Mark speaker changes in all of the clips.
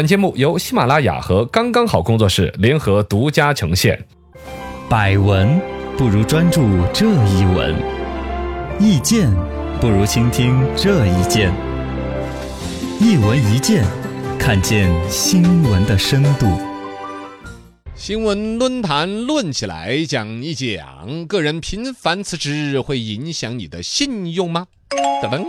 Speaker 1: 本节目由喜马拉雅和刚刚好工作室联合独家呈现。
Speaker 2: 百闻不如专注这一闻，意见不如倾听这一见。一闻一见，看见新闻的深度。
Speaker 3: 新闻论坛论起来讲一讲，个人频繁辞职会影响你的信用吗？噔噔。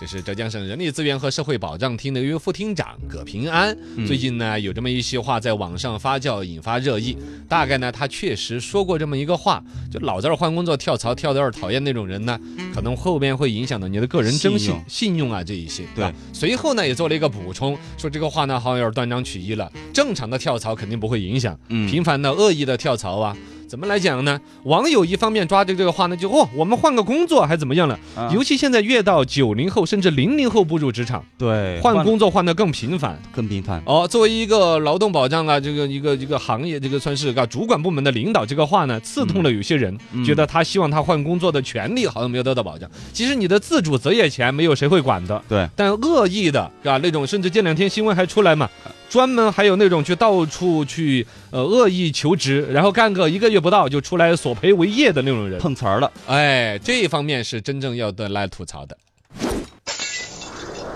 Speaker 3: 这是浙江省人力资源和社会保障厅的一位副厅长葛平安，
Speaker 4: 嗯
Speaker 3: 最近呢有这么一些话在网上发酵，引发热议。大概呢，他确实说过这么一个话，就老在这儿换工作、跳槽、跳到这儿讨厌那种人呢，可能后面会影响到你的个人征信
Speaker 4: 信用、
Speaker 3: 信用啊这一些。
Speaker 4: 对
Speaker 3: 啊，随后呢也做了一个补充，说这个话呢好像有点断章取义了。正常的跳槽肯定不会影响，
Speaker 4: 嗯
Speaker 3: 频繁的恶意的跳槽啊。怎么来讲呢？网友一方面抓着这个话呢，就哦，我们换个工作还怎么样了？
Speaker 4: 啊
Speaker 3: 尤其现在越到九零后甚至零零后步入职场，
Speaker 4: 对
Speaker 3: 换工作换得更频繁。
Speaker 4: 更频繁，
Speaker 3: 哦，作为一个劳动保障啊，这个一个一个行业，这个算是个主管部门的领导，这个话呢，刺痛了有些人，
Speaker 4: 嗯
Speaker 3: 觉得他希望他换工作的权利好像没有得到保障。其实你的自主择业权没有谁会管的，
Speaker 4: 对，
Speaker 3: 但恶意的啊那种，甚至这两天新闻还出来嘛，
Speaker 4: 啊
Speaker 3: 专门还有那种去到处去呃恶意求职，然后干个一个月不到就出来索赔为业的那种人，
Speaker 4: 碰瓷儿了。
Speaker 3: 哎，这一方面是真正要的来吐槽的。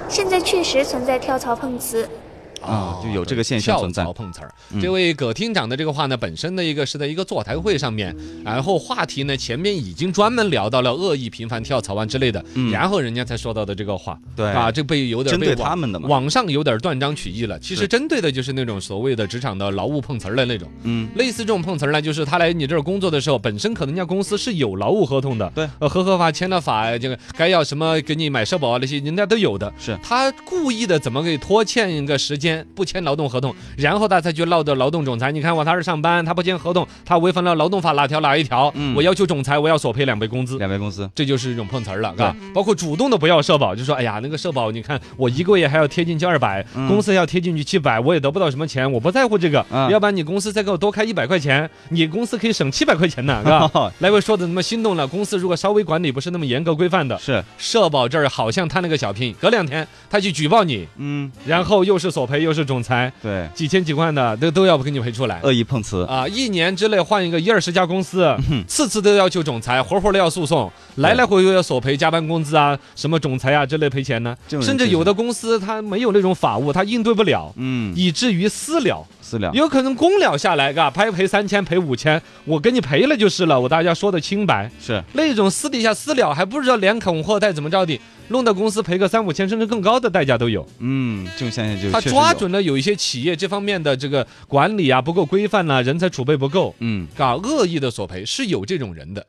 Speaker 5: 现在确实存在跳槽碰瓷，
Speaker 3: 哦
Speaker 4: 啊就有这个现象存在
Speaker 3: 跳槽碰瓷儿。
Speaker 4: 嗯
Speaker 3: 这位葛厅长的这个话呢，本身的一个是在一个座谈会上面，然后话题呢前面已经专门聊到了恶意频繁跳槽啊之类的，
Speaker 4: 嗯
Speaker 3: 然后人家才说到的这个话，
Speaker 4: 对
Speaker 3: 啊，这被有点
Speaker 4: 针
Speaker 3: 被
Speaker 4: 对
Speaker 3: 网
Speaker 4: 他们的嘛
Speaker 3: 网上有点断章取义了。其实
Speaker 4: 是
Speaker 3: 针对的就是那种所谓的职场的劳务碰瓷儿的那种。
Speaker 4: 嗯，
Speaker 3: 类似这种碰瓷儿呢，就是他来你这儿工作的时候，本身可能人家公司是有劳务合同的，
Speaker 4: 对
Speaker 3: 呃，合合法签了法，这个该要什么给你买社保啊那些，人家都有的。
Speaker 4: 是
Speaker 3: 他故意的怎么给拖欠一个时间，不签劳动合同，然后他才去闹的劳动总裁。你看我他这儿上班，他不签合同，他违反了劳动法哪条哪一条？
Speaker 4: 嗯
Speaker 3: 我要求总裁我要索赔两倍工资。
Speaker 4: 两位公司，
Speaker 3: 这就是一种碰瓷儿了，啊！包括主动的不要社保，就说哎呀，那个社保你看我一个月还要贴进去二百、
Speaker 4: 嗯
Speaker 3: 公司要贴进去七百，我也得不到什么钱，我不在乎这个，
Speaker 4: 啊
Speaker 3: 要不然你公司再给我多开一百块钱， 你公司可以省七百块钱呢，是吧？来回说的那么心动了，公司如果稍微管理不是那么严格规范的，
Speaker 4: 是，
Speaker 3: 社保这儿好像贪了个小便宜，隔两天他去举报你，
Speaker 4: 嗯，
Speaker 3: 然后又是索赔又是总裁，
Speaker 4: 对，
Speaker 3: 几千几万的都都要给你赔出来。
Speaker 4: 恶意碰瓷，
Speaker 3: 啊，一年之内换一个一二十家公司，
Speaker 4: 嗯
Speaker 3: 次次都要求总裁，活活的要诉讼，来来回回要索赔、加班工资啊，什么总裁啊之类赔钱呢
Speaker 4: 这种。人
Speaker 3: 甚至有的公司它没有那种法务，它应对不了，
Speaker 4: 嗯，啊
Speaker 3: 以至于私了，
Speaker 4: 私了，
Speaker 3: 有可能公了下来，嘎，拍赔三千赔五千，我给你赔了就是了，我大家说的清白。
Speaker 4: 是，
Speaker 3: 那种私底下私了还不知道连捅后带怎么着的，弄得公司赔个三五千甚至更高的代价都有。
Speaker 4: 嗯，这种现象就
Speaker 3: 他
Speaker 4: 确实
Speaker 3: 抓
Speaker 4: 有，
Speaker 3: 准了有一些企业这方面的这个管理啊不够规范呐、人才储备不够。
Speaker 4: 嗯，
Speaker 3: 啊，恶意的索赔是有这种人的。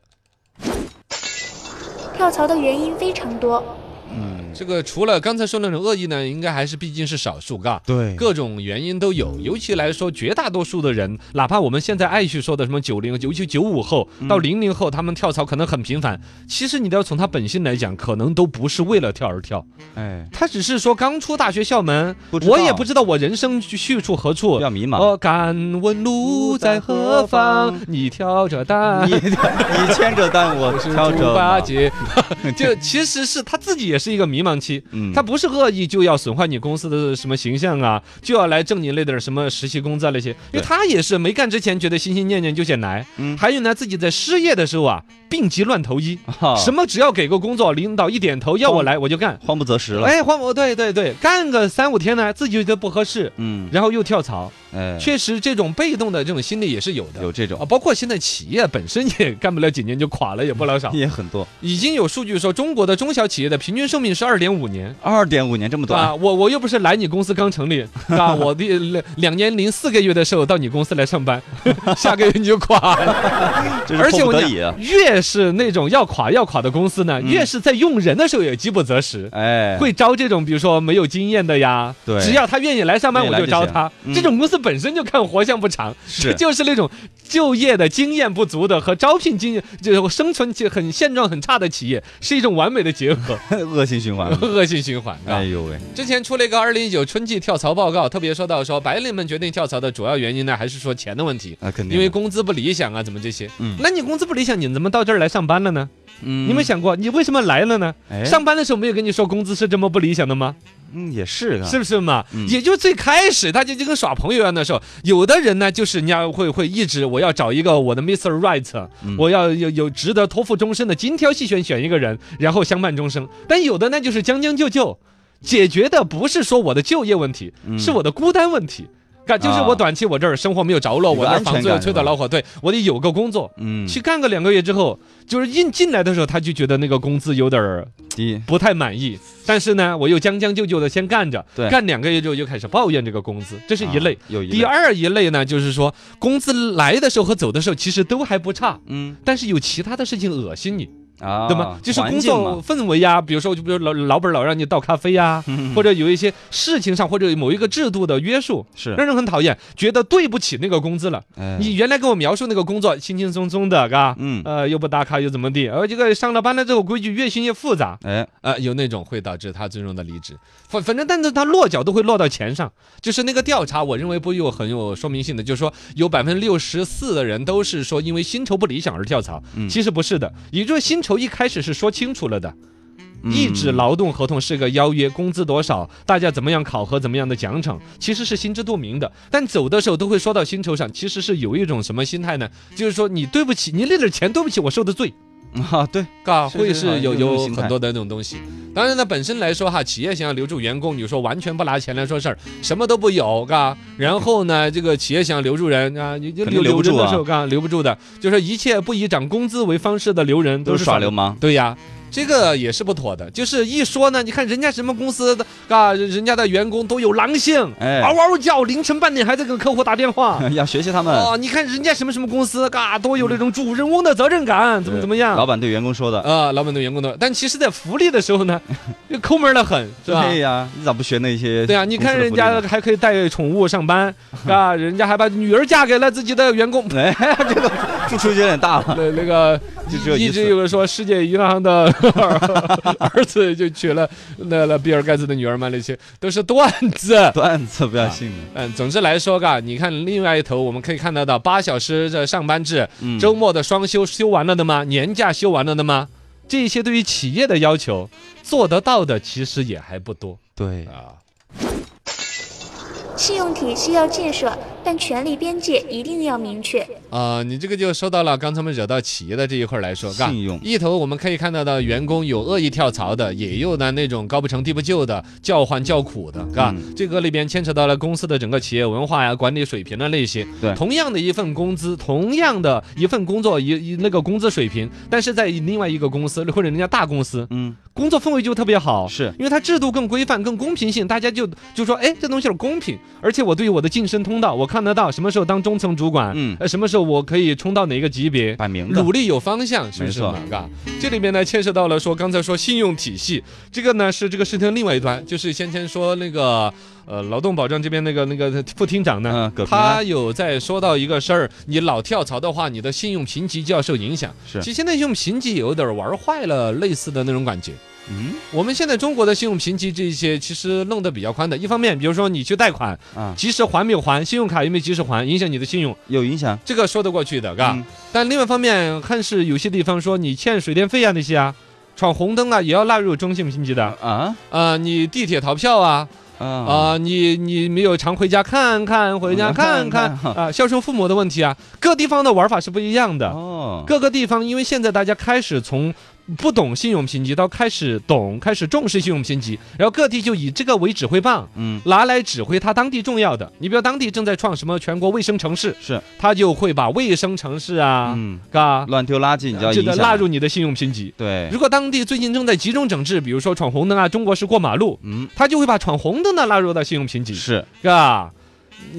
Speaker 5: 跳槽的原因非常多，
Speaker 4: 嗯
Speaker 3: 这个除了刚才说的那种恶意呢，应该还是毕竟是少数，嘎。
Speaker 4: 对
Speaker 3: 各种原因都有，尤其来说，绝大多数的人，哪怕我们现在爱去说的什么九零，尤其九五后
Speaker 4: 嗯
Speaker 3: 到零零后，他们跳槽可能很频繁。其实你都要从他本性来讲，可能都不是为了跳而跳，
Speaker 4: 哎，
Speaker 3: 他只是说刚出大学校门
Speaker 4: 不，知道
Speaker 3: 我也不知道我人生去去处何处
Speaker 4: 不。要迷茫，
Speaker 3: 哦，敢问路在何方？ 你挑着担
Speaker 4: 你你牵着担，我挑
Speaker 3: 猪
Speaker 4: 着
Speaker 3: 八
Speaker 4: 马，
Speaker 3: 戒， 就其实是他自己也是一个迷茫期。
Speaker 4: 嗯
Speaker 3: 他不是恶意就要损坏你公司的什么形象啊，就要来挣你那点儿什么实习工资啊那些，因为
Speaker 4: 对
Speaker 3: 他也是没干之前觉得心心念念就想来，
Speaker 4: 嗯
Speaker 3: 还有呢自己在失业的时候啊，病急乱投医，
Speaker 4: 哈
Speaker 3: 什么只要给个工作，领导一点头要我来我就干，
Speaker 4: 慌不择食了，
Speaker 3: 哎，换我对对对，干个三五天呢自己就觉得不合适，
Speaker 4: 嗯，
Speaker 3: 然后又跳槽，
Speaker 4: 哎，
Speaker 3: 确实这种被动的这种心理也是有的，
Speaker 4: 有这
Speaker 3: 啊，
Speaker 4: 种
Speaker 3: 包括现在企业本身也干不了几年就垮了，也不老 少。
Speaker 4: 也很多，
Speaker 3: 已经有数据说，中国的中小企业的平均寿命是二点五年。
Speaker 4: 二点五年这么短，
Speaker 3: 啊，我我又不是来你公司刚成 立，啊，我的两两年零四个月的时候到你公司来上班， 下个月你就垮 了。
Speaker 4: 这
Speaker 3: 而
Speaker 4: 是
Speaker 3: 且
Speaker 4: 迫
Speaker 3: 我
Speaker 4: 不
Speaker 3: 跟
Speaker 4: 得
Speaker 3: 你
Speaker 4: 已啊嗯
Speaker 3: 讲，，越是那种要垮要垮的公司呢，越是在用人的时候也饥不择食。
Speaker 4: 哎，
Speaker 3: 会招这种，比如说没有经验的呀，
Speaker 4: 对
Speaker 3: 只要他愿意来上班，
Speaker 4: 愿意
Speaker 3: 我
Speaker 4: 来
Speaker 3: 就招
Speaker 4: 就行
Speaker 3: 他。
Speaker 4: 嗯
Speaker 3: 这种公司本身就干活像不长，
Speaker 4: 是
Speaker 3: 这就是那种就业的经验不足的和招聘经验就是生存起很现状很差的企业，是一种完美的结合，，
Speaker 4: 恶性循环
Speaker 3: 恶性循环。啊
Speaker 4: 嗯哎。呦喂，
Speaker 3: 之前出了一个二零一九春季跳槽报告，特别说到说白领们决定跳槽的主要原因呢，还是说钱的问题。
Speaker 4: 啊，肯定的，
Speaker 3: 因为工资不理想啊，怎么这些？
Speaker 4: 嗯
Speaker 3: 那你工资不理想，你怎么到这儿来上班了呢？
Speaker 4: 嗯
Speaker 3: 你有没有想过，你为什么来了呢？
Speaker 4: 哎
Speaker 3: 上班的时候没有跟你说工资是这么不理想的吗？
Speaker 4: 嗯，也是啊，
Speaker 3: 是不是嘛？
Speaker 4: 嗯
Speaker 3: 也就最开始大家就跟耍朋友一啊样的时候，有的人呢，就是人家会会一直我要找一个我的 Mr. Right，、
Speaker 4: 嗯
Speaker 3: 我要有有值得托付终身的，精挑细选选一个人，然后相伴终生。但有的呢，就是将将就就，解决的不是说我的就业问题，
Speaker 4: 嗯
Speaker 3: 是我的孤单问题。干就是我
Speaker 4: 啊
Speaker 3: 短期我这儿生活没有着落，
Speaker 4: 有个
Speaker 3: 我这儿
Speaker 4: 啊安全
Speaker 3: 房子又
Speaker 4: 感
Speaker 3: 催
Speaker 4: 是吧
Speaker 3: 得老火，对我得有个工作。
Speaker 4: 嗯，
Speaker 3: 去干个两个月之后，就是应进来的时候，他就觉得那个工资有点儿
Speaker 4: 第一，
Speaker 3: 不太满意，但是呢，我又将将就就的先干着，
Speaker 4: 对
Speaker 3: 干两个月之后就开始抱怨这个工资，这是一类。
Speaker 4: 啊有一类
Speaker 3: 第，二一类呢，就是说工资来的时候和走的时候其实都还不差。
Speaker 4: 嗯
Speaker 3: 但是有其他的事情恶心你，
Speaker 4: 啊，
Speaker 3: 对吗？就是
Speaker 4: 环
Speaker 3: 工
Speaker 4: 境
Speaker 3: 作
Speaker 4: 嘛，
Speaker 3: 氛围呀，比如说，就比如老老板老让你倒咖啡 呀，或者有一些事情上或者某一个制度的约束，
Speaker 4: 是
Speaker 3: 让人很讨厌，觉得对不起那个工资了。
Speaker 4: 哎
Speaker 3: 你原来跟我描述那个工作轻轻松松的，嘎，
Speaker 4: 嗯
Speaker 3: 呃，又不打卡又怎么地，而这个上了班了之后规矩越新越复杂，
Speaker 4: 哎
Speaker 3: 呃，有那种会导致他最终的离职，反反正，但是他落脚都会落到钱上。就是那个调查，我认为不有很有说明性的，就是说有百分之六十四的人都是说因为薪酬不理想而跳槽，
Speaker 4: 嗯
Speaker 3: 其实不是的，也就是薪酬一开始是说清楚了的，一纸
Speaker 4: 嗯
Speaker 3: 劳动合同是个邀约，工资多少，大家怎么样考核，怎么样的奖惩，其实是心知肚明的。但走的时候都会说到薪酬上，其实是有一种什么心态呢？就是说你对不起，你那点钱对不起我受的罪。
Speaker 4: 啊，对，
Speaker 3: 啊，
Speaker 4: 是
Speaker 3: 会
Speaker 4: 是好
Speaker 3: 是
Speaker 4: 像
Speaker 3: 有
Speaker 4: 有这种
Speaker 3: 有
Speaker 4: 心
Speaker 3: 很
Speaker 4: 态
Speaker 3: 多的那种东西。当然呢，本身来说哈，企业想要留住员工，你说完全不拿钱来说事儿，什么都不有，嘎。然后呢，这个企业想要留住人啊，你就
Speaker 4: 肯定
Speaker 3: 留
Speaker 4: 留不
Speaker 3: 人
Speaker 4: 住
Speaker 3: 的
Speaker 4: 啊
Speaker 3: 时候，嘎，留不住的，就是一切不以涨工资为方式的留人
Speaker 4: 都是耍流
Speaker 3: 氓。
Speaker 4: 氓，
Speaker 3: 对呀。这个也是不妥的，就是一说呢，你看人家什么公司的，啊，人家的员工都有狼性，
Speaker 4: 哎嗯
Speaker 3: 嗷嗷叫，凌晨半点还在跟客户打电 话。
Speaker 4: 要学习他们。
Speaker 3: 啊哦，你看人家什么什么公司，嘎，都有那种主人翁的责任感，怎么怎么样？
Speaker 4: 老板对员工说的，
Speaker 3: 啊、老板对员工的，但其实，在福利的时候 呢，又抠门的很，是吧？
Speaker 4: 对呀，你咋不学那些？
Speaker 3: 对啊，你看人家，还可以带宠物上 班，啊，人家还把女儿嫁给了自己的员工。
Speaker 4: 哎，这个付出有点大了，
Speaker 3: 那那个
Speaker 4: 就只有
Speaker 3: 一
Speaker 4: 一
Speaker 3: 直
Speaker 4: 次。
Speaker 3: 有人说世界银行 的儿 子就娶了那那比尔盖茨的女儿嘛，那些都是段子。
Speaker 4: 段子不要信了，
Speaker 3: 嗯，总之来说，嘎，你看另外一头，我们可以看得到八小时的上班制，
Speaker 4: 嗯
Speaker 3: 周末的双休休完了的吗？年假休完了的吗？这些对于企业的要求，做得到的其实也还不多
Speaker 4: 对，
Speaker 3: 啊。
Speaker 5: 信用体系要建设，但权力边界一定要明确。
Speaker 3: 啊、你这个就说到了刚才我们惹到企业的这一块儿来说，嘎
Speaker 4: 信用
Speaker 3: 一头我们可以看到的员工有恶意跳槽的，也有呢那种高不成低不就的叫唤叫苦的，嘎、
Speaker 4: 嗯
Speaker 3: 这个里边牵扯到了公司的整个企业文化呀、管理水平的那些。
Speaker 4: 对
Speaker 3: 同样的一份工资，同样的一份工作，一一那个工资水平，但是在另外一个公司或者人家大公司，
Speaker 4: 嗯，
Speaker 3: 工作氛围就特别好，
Speaker 4: 是
Speaker 3: 因为它制度更规范、更公平性，大家就就说，哎，这东西是公平，而且我对于我的晋升通道，我看得到什么时候当中层主管，
Speaker 4: 嗯
Speaker 3: 呃，什么时候我可以冲到哪个级别。
Speaker 4: 摆明了
Speaker 3: 努力有方向，是不是
Speaker 4: 没错
Speaker 3: 嘛？嘎，这里面呢牵涉到了说刚才说信用体系，这个呢是这个事情的另外一端，就是先前说那个呃劳动保障这边那个那个副厅长呢
Speaker 4: 嗯，葛平
Speaker 3: 他
Speaker 4: 安
Speaker 3: 有在说到一个事儿，你老跳槽的话，你的信用评级就要受影响。
Speaker 4: 是
Speaker 3: 其实现在信用评级有点玩坏了，类似的那种感觉。
Speaker 4: 嗯
Speaker 3: 我们现在中国的信用评级这些其实弄得比较宽的，一方面，比如说你去贷款，
Speaker 4: 啊，
Speaker 3: 及时还没有还，信用卡有没有及时还，影响你的信用，
Speaker 4: 有影响，
Speaker 3: 这个说得过去的，嘎。啊
Speaker 4: 嗯
Speaker 3: 但另外一方面，看是有些地方说你欠水电费啊那些啊，闯红灯啊也要纳入中信评级的，
Speaker 4: 啊
Speaker 3: 呃，你地铁逃票啊，
Speaker 4: 啊
Speaker 3: 啊、你你没有常回家看看，回家
Speaker 4: 嗯
Speaker 3: 看看
Speaker 4: 看
Speaker 3: 啊、
Speaker 4: 看
Speaker 3: 孝顺父母的问题啊，各地方的玩法是不一样的。
Speaker 4: 哦，
Speaker 3: 各个地方，因为现在大家开始从不懂信用评级到开始懂，开始重视信用评级，然后各地就以这个为指挥棒。
Speaker 4: 嗯
Speaker 3: 拿来指挥它当地重要的，你比如当地正在创什么全国卫生城市，
Speaker 4: 是
Speaker 3: 它就会把卫生城市啊，
Speaker 4: 嗯，
Speaker 3: 嘎，
Speaker 4: 乱丢垃圾你就要
Speaker 3: 这
Speaker 4: 影
Speaker 3: 个
Speaker 4: 响，
Speaker 3: 纳入你的信用评级。
Speaker 4: 对，
Speaker 3: 如果当地最近正在集中整治，比如说闯红灯啊、中国式过马路，
Speaker 4: 嗯
Speaker 3: 它就会把闯红灯的纳入到信用评级，
Speaker 4: 是
Speaker 3: 嘎。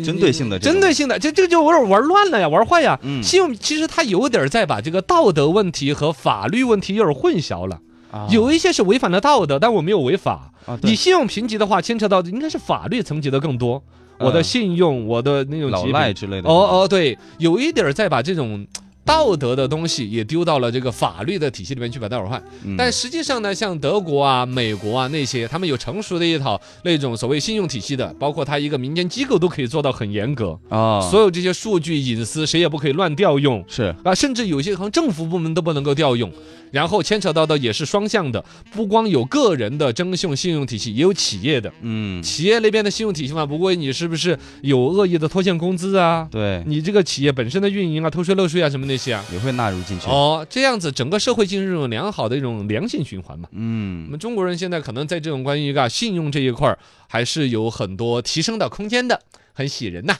Speaker 4: 针对性的这种
Speaker 3: 针对性的，这这个就有点玩乱了呀，玩坏呀。
Speaker 4: 嗯
Speaker 3: 信用其实它有点在把这个道德问题和法律问题有点混淆了。
Speaker 4: 啊
Speaker 3: 有一些是违反了道德，但我没有违法。
Speaker 4: 啊对
Speaker 3: 你信用评级的话，牵扯到的应该是法律层级的更多。我的
Speaker 4: 嗯
Speaker 3: 信用，我的那种
Speaker 4: 老
Speaker 3: 疾病
Speaker 4: 赖之类的
Speaker 3: 哦哦哦，对，有一点儿在把这种道德的东西也丢到了这个法律的体系里面去把它转换。
Speaker 4: 嗯
Speaker 3: 但实际上呢，像德国啊、美国啊那些，他们有成熟的一套那种所谓信用体系的，包括它一个民间机构都可以做到很严格，
Speaker 4: 啊，
Speaker 3: 所有这些数据隐私谁也不可以乱调用。
Speaker 4: 是
Speaker 3: 啊，甚至有些好像政府部门都不能够调用，然后牵扯到的也是双向的，不光有个人的征信信用体系，也有企业的。
Speaker 4: 嗯，
Speaker 3: 企业那边的信用体系嘛，不过你是不是有恶意的拖欠工资啊？
Speaker 4: 对，
Speaker 3: 你这个企业本身的运营啊，偷税漏税啊，什么那些啊？
Speaker 4: 也会纳入进去。
Speaker 3: 哦，这样子整个社会进入一种良好的一种良性循环嘛。我
Speaker 4: 嗯，
Speaker 3: 们中国人现在可能在这种关于啊信用这一块儿，还是有很多提升的空间的，很喜人呐、